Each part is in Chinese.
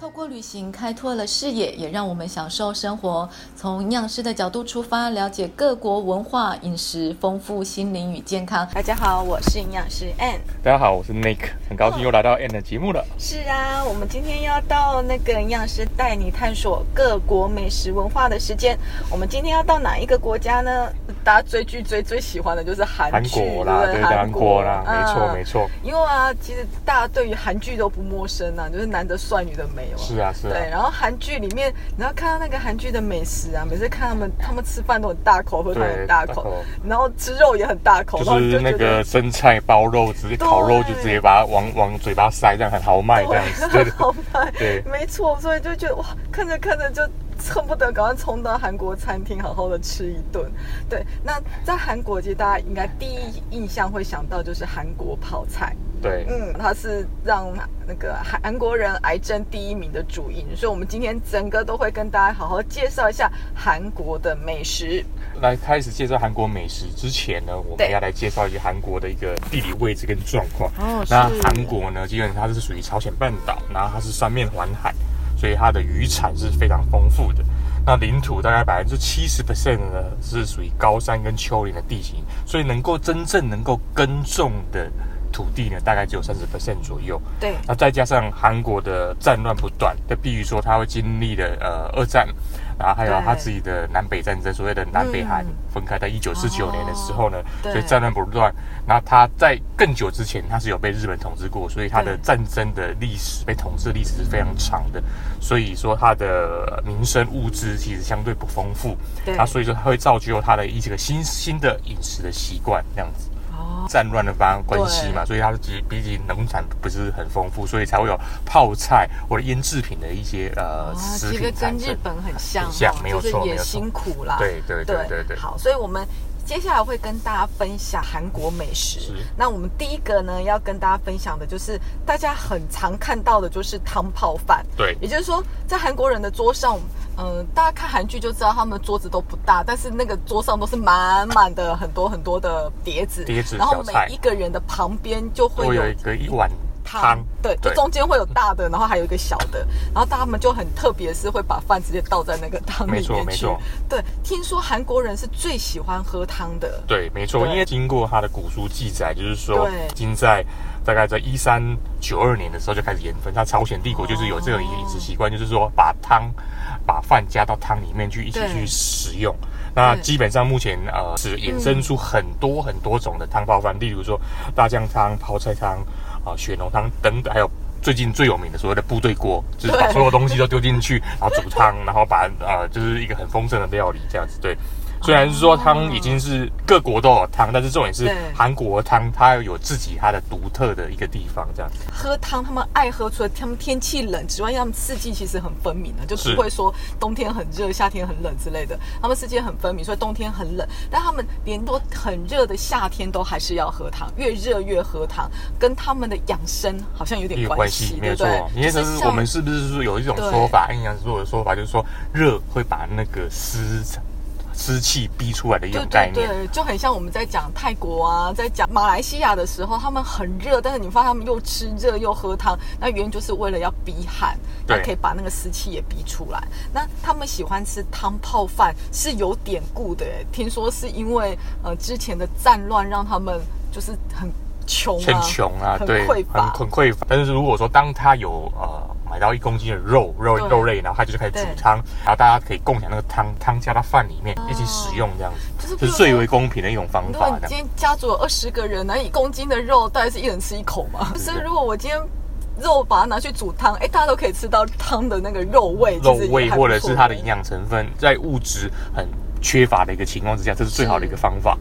透过旅行开拓了视野，也让我们享受生活。从营养师的角度出发，了解各国文化、饮食，丰富心灵与健康。大家好，我是营养师 Ann。大家好，我是 Nick，很高兴又来到 N 的节目了。是啊，我们今天要到那个营养师带你探索各国美食文化的时间。我们今天要到哪一个国家呢？大家追剧最最喜欢的就是韩韩剧，国啦，对不对，对韩国啦，没错嗯没错，因为啊，其实大家对于韩剧都不陌生啊，就是男的帅，女的美嘛。是啊是对，啊，然后韩剧里面，你要看到那个韩剧的美食啊，每次看他们，他们吃饭都很大口，喝汤也很大大口口，然后吃肉也很大口，就然后你是就那觉得个生菜包肉，直接烤肉就对直接把它往往嘴巴塞，这样很豪迈这样子，对，对 对好卖， 对没错，所以就觉得哇，看着看着就恨不得赶快冲到韩国餐厅好好的吃一顿。对，那在韩国其实大家应该第一印象会想到就是韩国泡菜，对嗯，它是让那个韩韩国人癌症第一名的主因，所以我们今天整个都会跟大家好好介绍一下韩国的美食。来开始介绍韩国美食之前呢，我对们要来介绍一下韩国的一个地理位置跟状况。哦那韩国呢，基本上它是属于朝鲜半岛，然后它是三面环海，所以它的渔产是非常丰富的。那领土大概百分之七十 percent 呢是属于高山跟丘陵的地形，所以能够真正能够耕种的土地呢，大概只有三十 percent 左右。对，那再加上韩国的战乱不断，那比如说他会经历的呃二战，然后还有对他自己的南北战争，所谓的南北韩嗯哦分开，在一九四九年的时候呢，对所以战乱不断。那他在更久之前，他是有被日本统治过，所以他的对战争的历史被统治的历史是非常长的，所以说他的民生物资其实相对不丰富，对那所以说它会造就他的一些个新新的饮食的习惯这样子。哦，战乱的方关系嘛，所以它是比毕竟农产不是很丰富，所以才会有泡菜或者腌制品的一些呃、哦，其食实品跟产日生。本很像哦，很像没有就是错也没有错辛苦啦。对对对对对好，所以我们接下来会跟大家分享韩国美食是。那我们第一个呢，要跟大家分享的就是大家很常看到的，就是汤泡饭。对也就是说，在韩国人的桌上，嗯、大家看韩剧就知道，他们桌子都不大，但是那个桌上都是满满的很多很多的碟子，碟子然后小每菜一个人的旁边就会会有有一个一碗汤汤，，对，就中间会有大的，然后还有一个小的，然后他们就很特别，是会把饭直接倒在那个汤里没错面没去错。对，听说韩国人是最喜欢喝汤的。对，没错，对因为经过他的古书记载，就是说对已经在大概在一三九二年的时候就开始研分，他朝鲜帝国就是有这个饮食习惯，就是说把汤把饭加到汤里面去一起对去食用。那对基本上目前呃是衍生出很多很多种的汤泡饭，例如说呃大酱汤、泡菜汤、啊、血浓汤等等，还有。最近最有名的所谓的部队锅，就是把对所有东西都丢进去，然后煮汤，然后把呃，就是一个很丰盛的料理这样子。对，虽然是说汤已经是各国都有汤，但是重点是对韩国汤它有自己它的独特的一个地方，这样子。喝汤，他们爱喝，除了他们天气冷之外，他们四季其实很分明的，就不是会说冬天很热，夏天很冷之类的。他们四季很分明，所以冬天很冷，但他们连多很热的夏天都还是要喝汤，越热越喝汤，跟他们的养生好像有也点有关关系系，，没对不有错对？。因为这就是像我们是不是说有一种对说法，阴阳师说的说法，就是说热会把那个湿湿气逼出来的一种对概对念。对，就很像我们在讲泰国啊，在讲马来西亚的时候，他们很热，但是你发现他们又吃热又喝汤，那原因就是为了要逼汗，那对可以把那个湿气也逼出来。那他们喜欢吃汤泡饭是有典故的耶，听说是因为呃之前的战乱让他们就是很穷啊，很穷啊，很对，匮很乏，很匮乏。但是如果说当他有呃买到一公斤的肉肉对肉类，然后他就开始煮对汤，然后大家可以共享那个汤汤加到饭里面一起使用，这样就子是比这如是最说为公平的一种方如法果这你样今。天家族有二十个人，那一公斤的肉大概是一人吃一口嘛。 就是是如果我今天肉把它拿去煮汤，哎，大家都可以吃到汤的那个肉味，肉其实也味还或不者错是它的营养成分，在物质很缺乏的一个情况之下，这是最好的一个方法。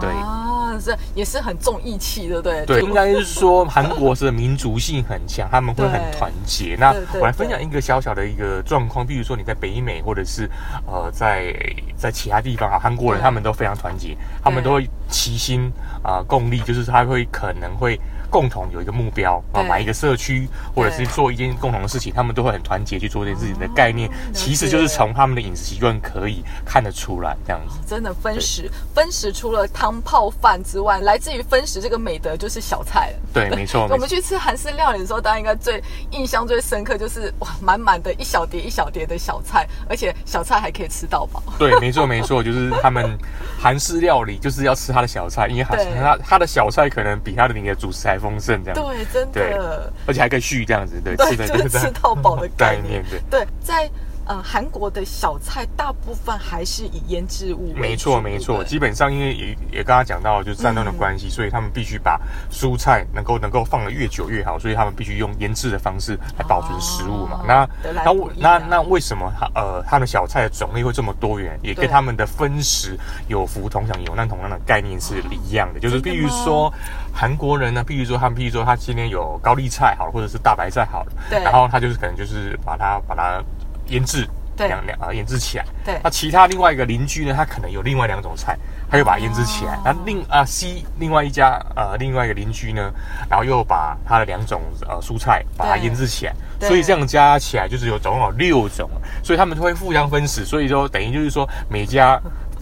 对啊，这也是很重义气，对不对？对，就应该是说韩国是民族性很强，他们会很对团结。那对对我来分对享一个小小的一个状况，比如说你在北美或者是呃在在其他地方啊，韩国人对他们都非常团结，他们对都会齐心啊、共力，就是他会可能会共同有一个目标啊，对买一个社区或者是对做一件共同的事情，他们都会很团结去做这件事情的概念，其实就是从他们的饮食习惯可以看得出来这样子。真的分食，分食除了汤泡饭之外，来自于分食这个美德就是小菜了。对，没错，我哦没们错，去吃韩式料理的时候，大家应该最印象最深刻就是哇，满满的一小碟一小碟的小菜，而且小菜还可以吃到饱。对，没错，没错，就是他们韩式料理就是要吃他的小菜，因为韩对他他的小菜可能比他的你的主食还丰盛这样子，对，真的，而且还可以续这样子，对，对，的就是吃到饱 的概概念。念，对。对，在呃韩国的小菜大部分还是以腌制物为主，没错，对没不错，对基本上因为也也刚刚讲到，就是战乱的嗯关系，所以他们必须把蔬菜能够能够放得越久越好，所以他们必须用腌制的方式来保存食物嘛。哦那得来那不我易那啊那为什么它呃它的小菜的种类会这么多元，也对跟他们的分食有福同享、有难同当的概念是一样的？就是真的譬如说韩国人呢，譬如说他们譬如说他今天有高丽菜好了，或者是大白菜好了，对然后他就是可能就是把它把它腌制。对两两啊，腌制起来，对那其他另外一个邻居呢，他可能有另外两种菜，他又把它腌制起来哦。那另啊 C 另外一家呃另外一个邻居呢，然后又把他的两种呃蔬菜把它对腌制起来。对所以这样加起来就是有总共有六种，所以他们会互相分食。所以说等于就是说每家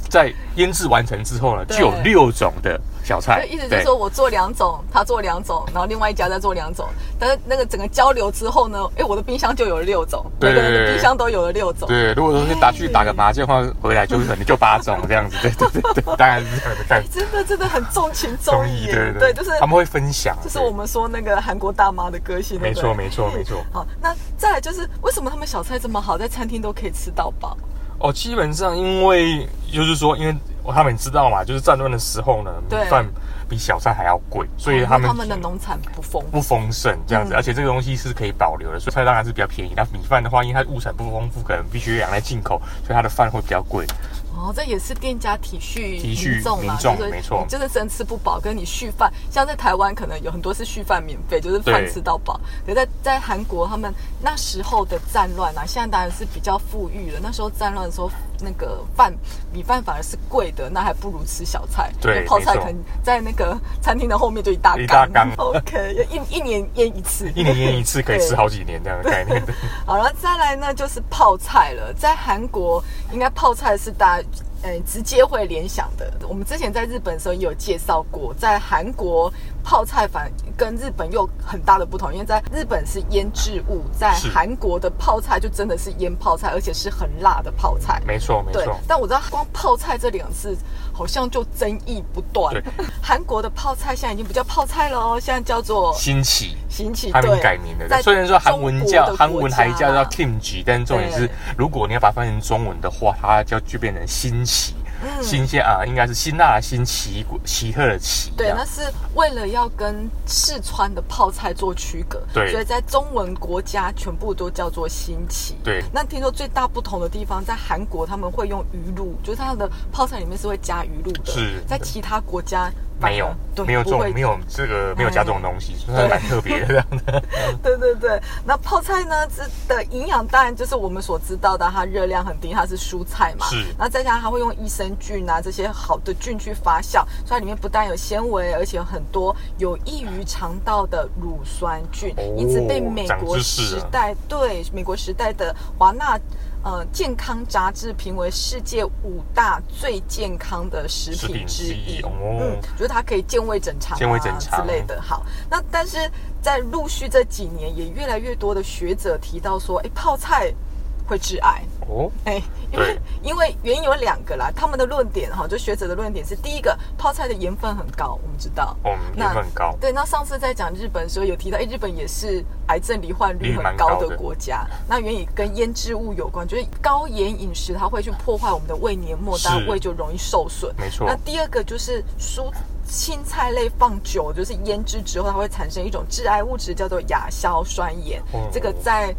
在腌制完成之后呢，对就有六种的小菜对，。意思就是对说我做两种，他做两种，然后另外一家再做两种。但是那个整个交流之后呢，哎，我的冰箱就有了六种，对每个对人对的冰箱都有了六种。对，如果说去打去打个麻将的话，回来就可能就八种这样子。对对对对，大概是这 样的概念。真的真的很重情重义耶，对就是他们会分享，就是对我们说那个韩国大妈的个性，对不没对嗯错没错没错。好，那再来就是为什么他们小菜这么好，在餐厅都可以吃到饱？哦，基本上因为就是说，因为他们知道嘛，就是战乱的时候呢，米对哦饭比小菜还要贵，所以他因们为他们的农产不丰富，不丰盛这样子，嗯而且这个东西是可以保留的，所以菜当然是比较便宜。那米饭的话，因为它物产不丰富，可能必须仰赖进口，所以它的饭会比较贵。哦，这也是店家体恤体恤民众嘛，民众就是没错你就是真吃不饱，跟你续饭，像在台湾可能有很多是续饭免费，就是饭对吃到饱。可在在韩国，他们那时候的战乱啊，现在当然是比较富裕了。那时候战乱的时候，那个饭米饭反而是贵的，那还不如吃小菜。对因为泡菜没错可能在那个餐厅的后面就一大一大缸 OK，一一年腌一次，一年腌一次，可以吃对好几年这样的 概念。好了，再来呢就是泡菜了。在韩国，应该泡菜是大家呃直接会联想的。我们之前在日本的时候也有介绍过，在韩国泡菜反跟日本又很大的不同，因为在日本是腌制物，在是韩国的泡菜就真的是腌泡菜，而且是很辣的泡菜。没错没对错，，但我知道光泡菜这两个字好像就争议不断对。韩国的泡菜现在已经不叫泡菜了哦，现在叫做新奇。行起他们对改名的，在虽然说韩文叫中国的国家韩文还叫叫 kimchi，但重点是对，如果你要把它翻成中文的话，它就就变成新奇，嗯新鲜啊，应该是辛辣的辛奇奇特的奇，这对，样那是为了要跟四川的泡菜做区隔，对所以在中文国家全部都叫做新奇。对那听说最大不同的地方，在韩国他们会用鱼露，就是它的泡菜里面是会加鱼露的，是在其他国家反而没有对，没有这不种会嗯没有这个没有加这种东西，所以还蛮特别的这样的。 对对对，那泡菜呢，这的营养当然就是我们所知道的，它热量很低，它是蔬菜嘛。是那再加上它会用益生菌啊这些好的菌去发酵，所以它里面不但有纤维，而且有很多有益于肠道的乳酸菌，哦因此被美长国知识时了代对美国时代的华纳。呃，健康杂志评为世界五大最健康的食食品品之之一。一哦嗯，就是它可以健胃整肠、啊、健胃整肠嗯之类的。好，那但是在陆续这几年，也越来越多的学者提到说，哎，泡菜会致癌。哦，哎，因为对因为原因有两个啦，他们的论点哈，就学者的论点是，第一个，泡菜的盐分很高，我们知道。我们盐嗯分很高，对，那上次在讲日本的时候有提到，哎，日本也是癌症罹患率率很蛮高高的的国家。那原因跟腌制物有关，就是高盐饮食，它会去破坏我们的胃黏膜，是当然胃就容易受损。没错那第二个就是蔬青菜类放久，就是腌制之后，它会产生一种致癌物质，叫做亚硝酸盐。哦这个在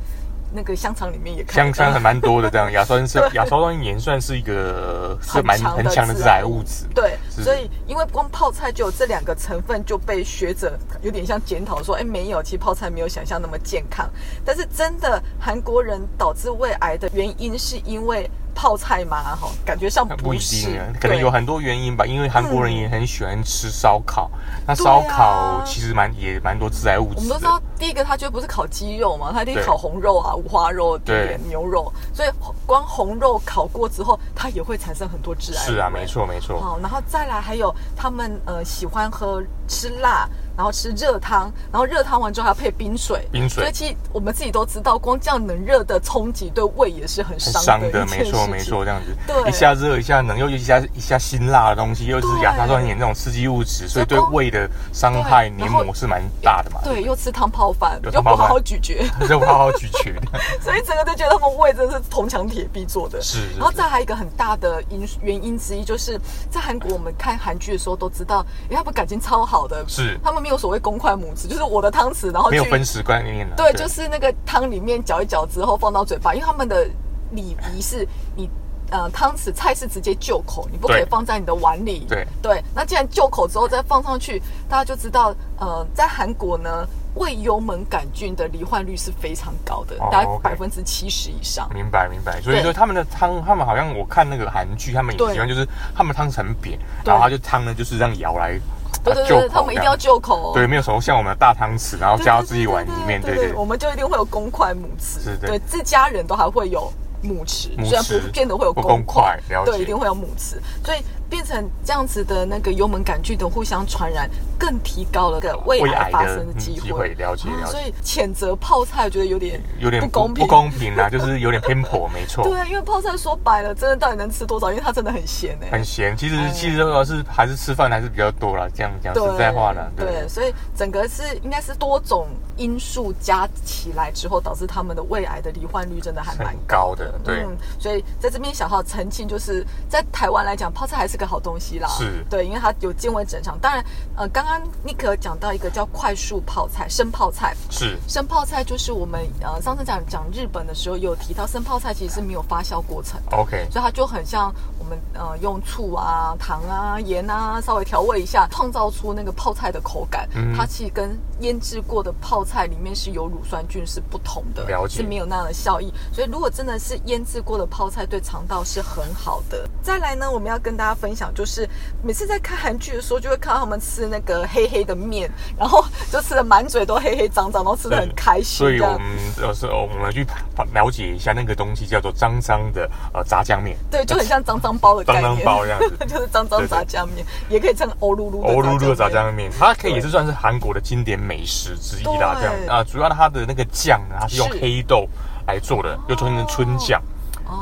那个香肠里面也看香得到香还蛮多的这 样。亚硝酸是亚硝酸盐算是一个是蛮很强的很强的致致癌癌物质，对，是所以因为光泡菜就有这两个成分，就被学者有点像检讨说，哎，没有，其实泡菜没有想象那么健康。但是真的，韩国人导致胃癌的原因是因为泡菜吗？哈，感觉上不一是定啊，可能有很多原因吧。因为韩国人也很喜欢吃烧烤，那对烧啊烤其实蛮也蛮多致癌物我质们都知的道。，第一个它绝对不是烤鸡肉嘛，它一定对烤红肉啊、五花肉、对牛肉，所以光红肉烤过之后，它也会产生很多致癌。是啊，没。错没错。好，然后再来还有他们呃喜欢喝吃辣，然后吃热汤，然后热汤完之后还要配冰水。冰水所以其实我们自己都知道，光这样冷热的冲击对胃也是很很伤伤的一的，件没错事没情错，这样子，对一下热一下冷，又一下一下辛辣的东西，又是对亚硝酸盐这种刺激物质，所以这对光胃的伤害对黏然后膜是蛮大的嘛。对，又吃汤泡饭，又有汤不泡好饭好咀嚼， 这我好好咀 嚼。所以整个都觉得他们胃真的是铜墙铁壁做的。是是然后是再还有一个很大的因原因之一，就是在韩国我们看韩剧的时候都知道，因为他们感情超好的，是他们没有所谓公筷母匙，就是我的汤匙，然后没有去分食观念了。啊对，就是那个汤里面搅一搅之后放到嘴巴，因为他们的礼仪是你。呃，汤匙菜是直接就口，你不可以对放在你的碗里。对那既然就口之后再放上去，大家就知道，呃，在韩国呢，胃幽门杆菌的罹患率是非常高的，哦大概，OK 嗯百分之七十以上。明白明白，所对以说他们的汤，他们好像我看那个韩剧，他们也对喜欢就是他们汤是很扁，对然后他就汤呢就是这样舀来，对把对对，它就口他们一定要这样就口、哦。对，没有什么像我们的大汤匙，然后对，啊哦加到自己碗里面，对对对我们就一定会有公筷母匙，是对对，自家人都还会有母匙，母匙虽然不见得会有或公筷筷，了解对，一定会有母匙，所以变成这样子的那个幽门杆菌的互相传染，更提高了这个胃胃癌癌发的生的嗯机机会会，。了解啊了所解，以谴责泡菜，我觉得有点有点不公平，不公平啦，就是有点 偏颇，没错。对啊，因为泡菜说白了，真的到底能吃多少？因为它真的很咸哎、很咸，其实其实主要是还是吃饭还是比较多啦，这样讲对实在话啦，对对，所以整个是应该是多种因素加起来之后，导致他们的胃癌的罹患率真的还蛮很高的，对，嗯，所以在这边想要澄清，就是在台湾来讲，泡菜还是个好东西啦。是对，因为它有健胃整肠。当然，呃，刚刚尼克讲到一个叫快速泡菜、生泡菜。是生泡菜就是我们呃上次讲讲日本的时候有提到，生泡菜其实是没有发酵过程的。 OK，所以它就很像我们呃用醋啊、糖啊、盐啊稍微调味一下，创造出那个泡菜的口感。嗯它其实跟腌制过的泡菜里面是有乳酸菌是不同的，了解是没有那样的效益。所以如果真的是腌制过的泡菜，对肠道是很好的。再来呢，我们要跟大家分享，就是每次在看韩剧的时候，就会看到他们吃那个黑黑的面，然后就吃的满嘴都黑黑脏脏，然后吃的很开心。所以这样我们有时候我们去了解一下那个东西叫做脏脏的呃炸酱面，对，就很像脏脏包的概脏念，脏包这样子 就是脏脏对对炸酱面，也可以称欧噜噜的欧露露的炸面。酱面，它可对以也是算是韩国的经典美食之一啦。对这样啊、主要它的那个酱呢，它是用是黑豆来做的，又称成春酱。啊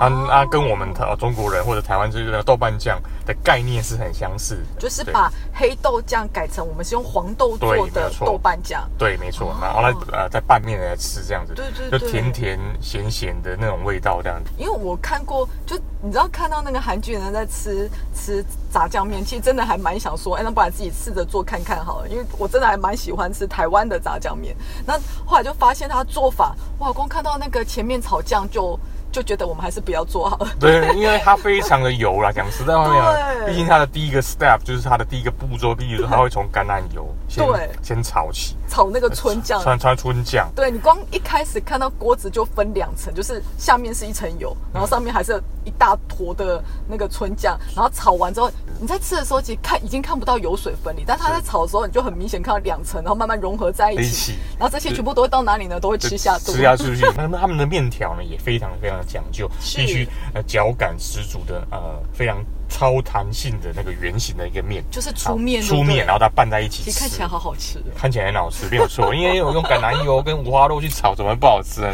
哦啊，跟我们台呃中国人或者台湾这个豆瓣酱的概念是很相似的，就是对把黑豆酱改成我们是用黄豆做对没的有错豆瓣酱，对，没错，然后呢，呃，在拌面来吃这样子，对对就对甜甜咸咸的那种味道这样子，因为我看过，就你知道看到那个韩剧人在吃吃炸酱面，其实真的还蛮想说，哎，那不然自己试着做看看好了，因为我真的还蛮喜欢吃台湾的炸酱面。那后来就发现他做法，哇，光看到那个前面炒酱就就觉得我们还是不要做好了。对，因为它非常的油啦，讲实在话对讲，毕竟它的第一个 step 就是它的第一个步骤，比如说它会从橄榄油先对先炒起，炒那个呃春酱，穿穿春酱，对你光一开始看到锅子就分两层，就是下面是一层油，然后上面还是有一大坨的那个春酱，然后炒完之后，你在吃的时候其实看已经看不到油水分离，但它在是炒的时候你就很明显看到两层，然后慢慢融合在一哎在一起起，然后这些全部都会到哪里呢？都会吃下肚。吃下出去。那那他们的面条呢，也非常非常的讲究，是必须呃嚼感十足的呃非常超弹性的那个圆形的一个面，就是粗面然对不后粗对面，然后它拌在一起其实吃，看起来好好 吃。看起来很好吃，没有错。因为我用橄榄油跟五花肉去炒，怎么会不好吃呢？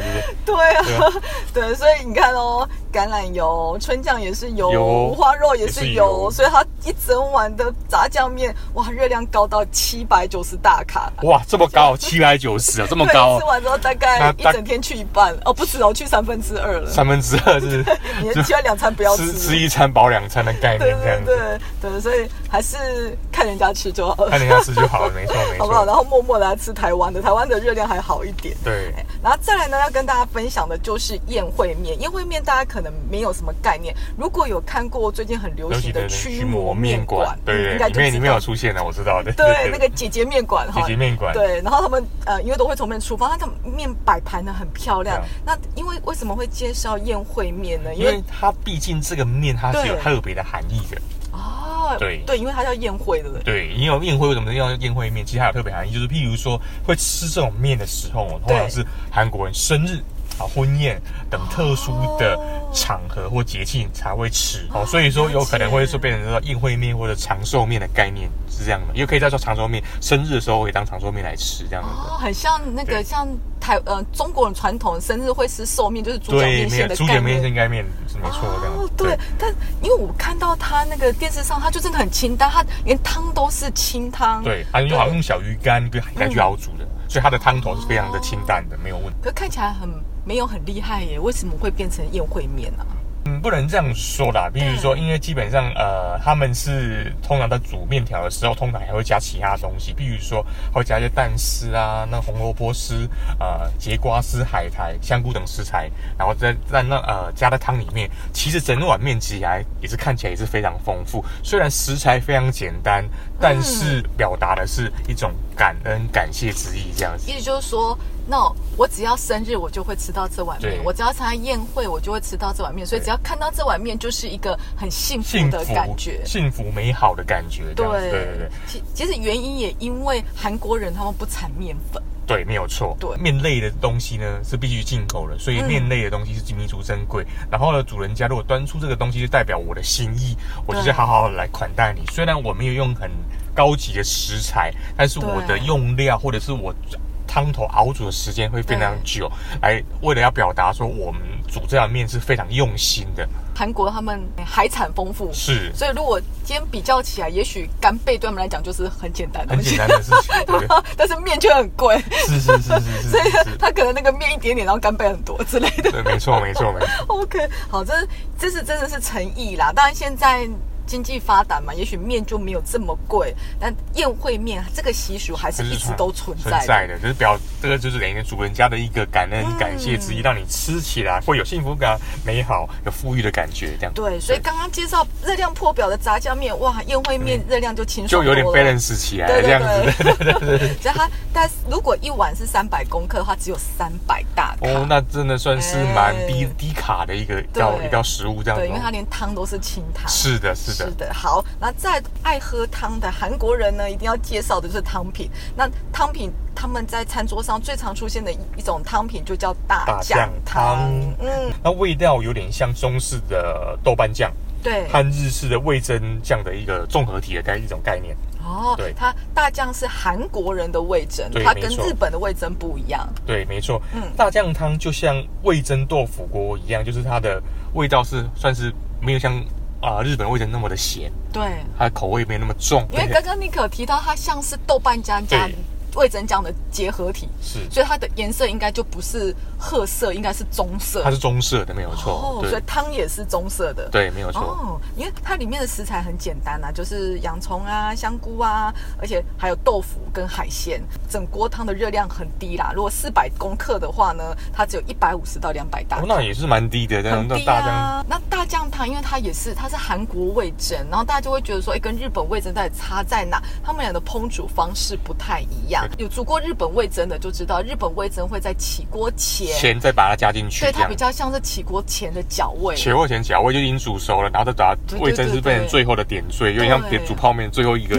对不对？对啊，对，所以你看哦，橄榄油、春酱也是油，油五花肉也是油，也是油所以它一整碗的炸酱面，哇，热量高到七百九十大卡。哇，这么高，七百九十啊，这么对，高吃，完之后大概那一大整天去一半哦，不止哦，去三分之二了。三分之二是 你其他两餐不要吃吃吃一餐饱两餐的概对念这对样子。对对，所以还是看人家吃就好了看，人家吃就好了，没错 没错，好不好？然后默默来吃台湾的，台湾的热量还好一点。对，然后再来呢，要跟大家分享的就是宴会面。宴会面大家可能没有什么概念，如果有看过最近很流尤行其的的驱驱魔魔面面馆馆，，对应对，该里就知面里面道有。出现的，我知道的，对，那个姐姐面馆哈，姐姐面馆对，然后他们呃，因为都会从面出发，那他们面摆盘的很漂亮对啊。那因为为什么会介绍宴会面呢？因因为为它毕竟这个面它是有对特别的含义的，哦，对对，因为它叫宴会，对不对？对，因为宴会为什么要宴会面？其实它有特别含义，就是譬如说会吃这种面的时候，通常是韩国人生日啊、婚宴等特殊的场合或节庆才会吃哦，所以说有可能会说变成这个宴会面或者长寿面的概念是这样的，也可以再说长寿面，生日的时候可以当长寿面来吃这样的。哦，很像那个对像台呃中国人传统生日会吃寿面，就是猪脚对，面没有线的猪概脚面念线。盖面是没错的，这样哦子，对，但因为我看到他那个电视上，他就真的很清淡，他连汤都是清汤。对，它用好像用小鱼干跟海带去嗯熬煮的，所以它的汤头是非常的清淡的，没有问题。可看起来很没有很厉害耶，为什么会变成宴会面啊？嗯，不能这样说啦。比如说，因为基本上，呃，他们是通常在煮面条的时候，通常还会加其他东西，比如说还会加一些蛋丝啊、那红萝卜丝、呃、节瓜丝、海苔、香菇等食材，然后再在那呃加在汤里面。其实整碗面起来也是看起来也是非常丰富，虽然食材非常简单，嗯但是表达的是一种感恩、感谢之意，这样子。意思就是说，那我只要生日我就会吃到这碗面对，我只要参加宴会我就会吃到这碗面，所以对只要看到这碗面就是一个很幸福幸福的感觉。幸福美好的感觉，这样子。对对对。其其实原因也因为韩国人他们不产面粉，对，没有错。对面类的东西呢是必须进口的，所以嗯面类的东西是弥足珍贵。然后呢，主人家如果端出这个东西，就代表我的心意，我就是对好好的来款待你。虽然我没有用很高级的食材，但是我的对用料或者是我汤头熬煮的时间会非常久，来为了要表达说我们煮这碗面是非常用心的。韩国他们海产丰富，是。所以如果今天比较起来，也许干贝对他们来讲就是很简单的很东西，简单的事情，对不对 但是面却很贵，是是是 是是所以是是，他可能那个面一点点，然后干贝很多之类的。对，没错没错没 错，OK，好，这这是真的是诚意啦。当然现在经济发达嘛，也许面就没有这么贵，但宴会面这个习俗还是一直都存在的。存在的，就是表这个就是等于主人家的一个感恩、嗯感谢之意，让你吃起来会有幸福感、美好、有富裕的感觉，这样对，所以刚刚介绍热量破表的炸酱面，哇，宴会面热量就轻松嗯就有点多了 balance 起来对了，这对样子。对， 所以它但如果一碗是三百公克的话，只有三百大卡。 哦，那真的算是蛮低、哎低卡的一个一道一道食物这样子哦。对，因为它连汤都是清汤。是的，是的，好，那在爱喝汤的韩国人呢，一定要介绍的就是汤品。那汤品他们在餐桌上最常出现的一一种汤品就叫大大酱酱汤。汤，嗯，那味道有点像中式的豆瓣酱对。和日式的味增酱的一个综合体的概一种概念。哦对，它大酱是韩国人的味噌，对它没跟错日本的味噌不一样。对，没错，嗯大酱汤就像味噌豆腐锅一样，就是它的味道是算是没有像啊、日本味噌那么的咸，对，它的口味没有那么重。因为刚刚你可有提到它像是豆瓣酱加对味噌酱的结合体，是所以它的颜色应该就不是褐色，应该是棕色。哦它是棕色的，没有错。所以对汤也是棕色的。对，没有错。哦，因为它里面的食材很简单啊，就是洋葱啊、香菇啊，而且还有豆腐跟海鲜。整锅汤的热量很低啦，如果四百公克的话呢，它只有一百五十到两百大哦卡。，那也是蛮低的，这样很那低大酱啊，那大酱汤，因为它也是它是韩国味噌，然后大家就会觉得说，哎，跟日本味噌到底差在哪？他们俩的烹煮方式不太一样。有煮过日本味噌的就知道，日本味噌会在起锅前，咸再把它加进去，对这它样比较像是起锅前的脚味。前或前脚味就已经煮熟了，然后再把对它对味噌对是变成对最后的点缀，有点像点对煮泡面最后一 个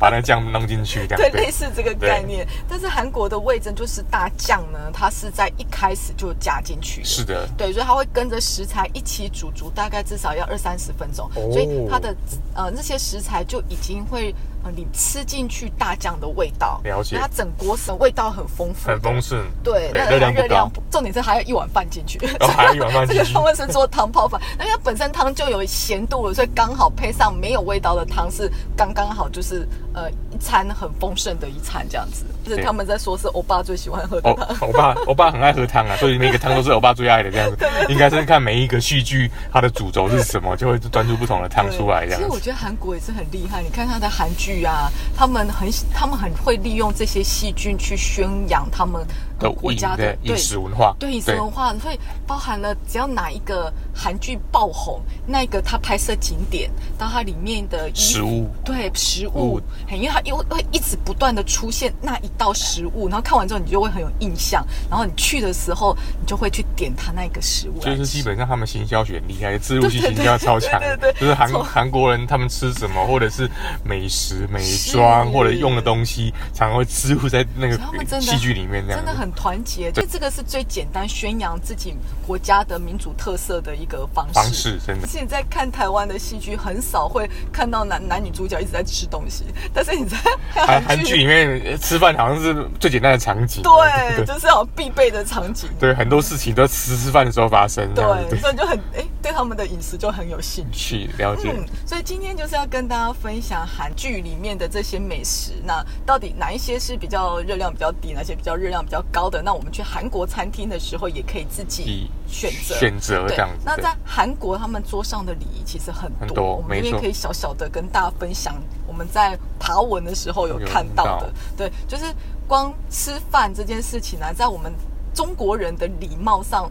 把那个酱弄进去，这对，样类似这个概念。但是韩国的味噌就是大酱呢，它是在一开始就加进去的。是的，对，所以它会跟着食材一起煮，煮大概至少要二三十分钟，哦所以它的呃那些食材就已经会呃，你吃进去大酱的味道，了解它整锅是味道很丰富的，很丰盛，对，对那热量热不量高，不，重点是还要一碗饭进去，然后还有一碗饭这进个去他，们是做汤泡饭，那因为它本身汤就有咸度了，所以刚好配上没有味道的汤是刚刚好，就是呃一餐很丰盛的一餐这样子。就是对他们在说是欧巴最喜欢喝的哦汤，，我爸我爸很爱喝汤啊，所以每个汤都是我爸最爱的 这样子。应该是看每一个戏剧它的主轴是什么，就会端出不同的汤对出来这其实样我子。觉得韩国也是很厉害，你看他的韩剧啊，他们很他们很会利用这些细菌去宣扬他们呃的国饮家的对饮食文化，对饮食文化，所以包含了只要哪一个韩剧爆红，那个它拍摄景点到它里面的衣服食物对食物物，嘿因为它因为会一直不断的出现那一道食物，然后看完之后你就会很有印象，然后你去的时候你就会去点它那个食物来吃，就是基本上他们行销学很厉害，自入性对行销超强对对对，就是韩从韩国人他们吃什么，或者是美食、美妆是或者用的东西，常常会植入在那他们个真的戏剧里面这样真的子。很团结，就这个是最简单宣扬自己国家的民主特色的一个方式。方式真的现在看台湾的戏剧，很少会看到男男女主角一直在吃东西，但是你在韩看韩剧里面呃吃饭好像是最简单的场景，啊对，就是好像必备的场景。对，很多事情都吃吃饭的时候发生，这样子对，所以就很哎，对他们的饮食就很有兴趣。去了解。嗯，所以今天就是要跟大家分享韩剧里面的这些美食，那到底哪一些是比较热量比较低，哪些比较热量比较高的？那我们去韩国餐厅的时候，也可以自己以选择。选择这对样子。，那对在韩国他们桌上的礼仪其实很多，很多我们这没边错可以小小的跟大家分享，我们在爬文的时候有有看到的到，对，就是光吃饭这件事情呢、在我们中国人的礼貌上，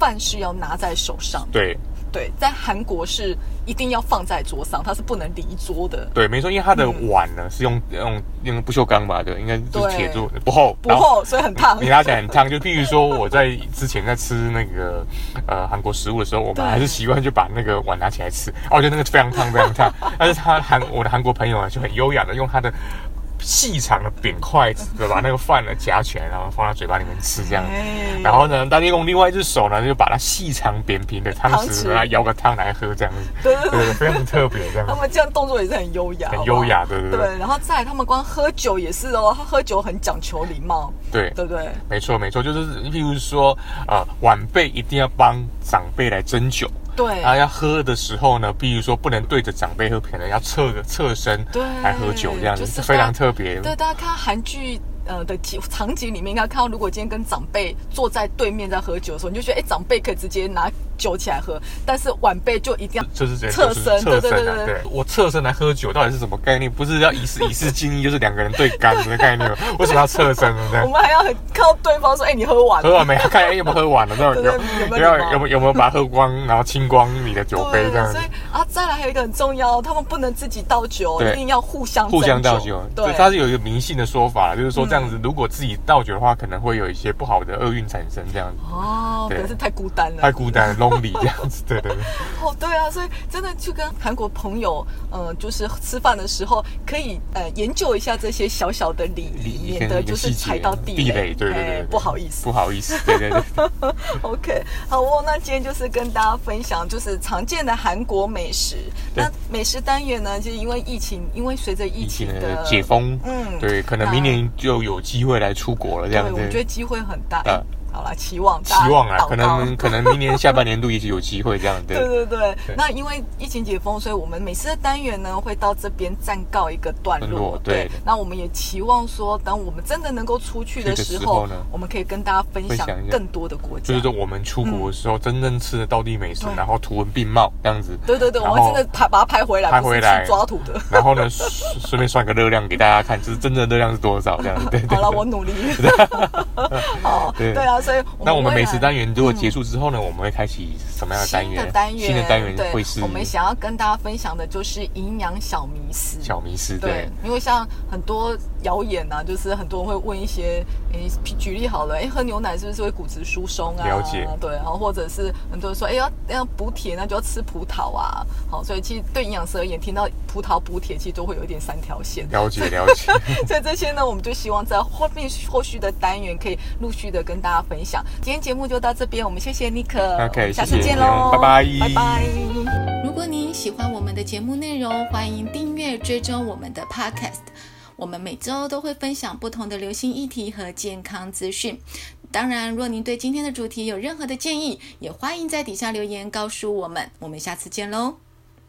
饭是要拿在手上，对对，在韩国是一定要放在桌上，它是不能离桌的。对，没错，因为它的嗯碗呢是用用用不锈钢吧，对，应该就是铁做，不厚，不然后厚，所以很烫你。拿起来很烫，就譬如说我在之前在吃那个呃韩国食物的时候，我对们还是习惯就把那个碗拿起来吃，哦，我觉得那个非常烫，非 常烫。但是他韩我的韩国朋友啊就很优雅的用他的细长的扁筷子，对吧？把那个饭呢夹起来，然后放在嘴巴里面吃这样。 哎然后呢，他就用另外一只手呢，就把它细长扁平的汤汤匙匙来舀个汤来喝，这样子， 对对对对，非常特别这样他子。们这样动作也是很优雅，很好不好优雅对对对对，然后再来他们光喝酒也是哦，他喝酒很讲求礼貌，对，对不对？没错没错，就是嗯譬如说，呃，晚辈一定要帮长辈来斟酒。对，啊，要喝的时候呢，比如说不能对着长辈喝，可能要侧个侧身对来喝酒，这样子就是非大常特别。对，大家看韩剧呃的景场景里面，应该看到，如果今天跟长辈坐在对面在喝酒的时候，你就觉得哎、长辈可以直接拿酒起来喝，但是晚辈就一定 要就是这侧身侧对对身对啊，对对我侧身来喝酒到底是什么概念？不是要以示以示敬意，就是两个人对干的概念吗，为什么要侧身呢？这我样们还要很看到对方说哎、你喝完喝了，完没？看哎有没有喝完了，那对有对有没有有礼貌有没有有没有把它喝光，然后清光你的酒杯对这样子所以。啊再来还有一个很重要，他们不能自己倒酒，对一定要互相互相斟倒酒，对，它是有一个迷信的说法，就是说这样子，如果自己倒酒的话，可能会有一些不好的厄运产生，这样子哦，可对能是太孤单了，太孤单 lonely 这样子，对对对。哦，对啊，所以真的去跟韩国朋友，呃，就是吃饭的时候，可以呃研究一下这些小小的礼里仪，里免面得的就是踩到地地雷，对对对哎对不好意思不。好意思，对对 对， OK，好哦，那今天就是跟大家分享就是常见的韩国美食。对那美食单元呢，就是因为疫情，因为随着疫疫情情的的解。封，嗯对，可能那明年就有机会来出国了，这对，样我觉得子。机会很大。哎呃好啦，期望希望大家，啊祷可告能可能明年下半年度也许有机会这样，对对对对，对那因为疫情解封，所以我们每次的单元呢会到这边暂告一个段段落落。对那我们也期望说，等我们真的能够出去的去的时时候候呢，我们可以跟大家分享分享一下更多的国家就是。说我们出国的时候，真正吃的道地美食对，然后图文并茂这样子。对对对，然我后们真的拍把它拍回来，拍不是回来去抓土的。然后呢，顺顺便算个热量给大家看，就是真正的热量是多少这样子。对对好了，对我努力。 好，对对啊，所以那我们未美来嗯食单元如果结束之后呢，我们会开启什么样的单新元？的单元，新的单元对会是我们想要跟大家分享的就是营养小迷思。小迷失，对对，，因为像很多谣言啊，就是很多人会问一些，诶，举举例好了，诶，喝牛奶是不是会骨质疏松啊？了解对，然后或者是很多人说，诶，要要补铁，那就要吃葡萄啊。好，所以其实对营养师而言，听到葡萄补铁，其实都会有一点三条 线。了解了解。所以这些呢，我们就希望在后面后续的单元可以陆续的跟大家分享。今天节目就到这边，我们谢谢尼克 OK，下次谢谢见你们喽，拜拜拜拜。如果果您喜欢我们的节目内容，欢迎订阅追踪我们的 Podcast。我们每周都会分享不同的流行议题和健康资讯。当然，若您对今天的主题有任何的建议，也欢迎在底下留言告诉我们。我们下次见喽！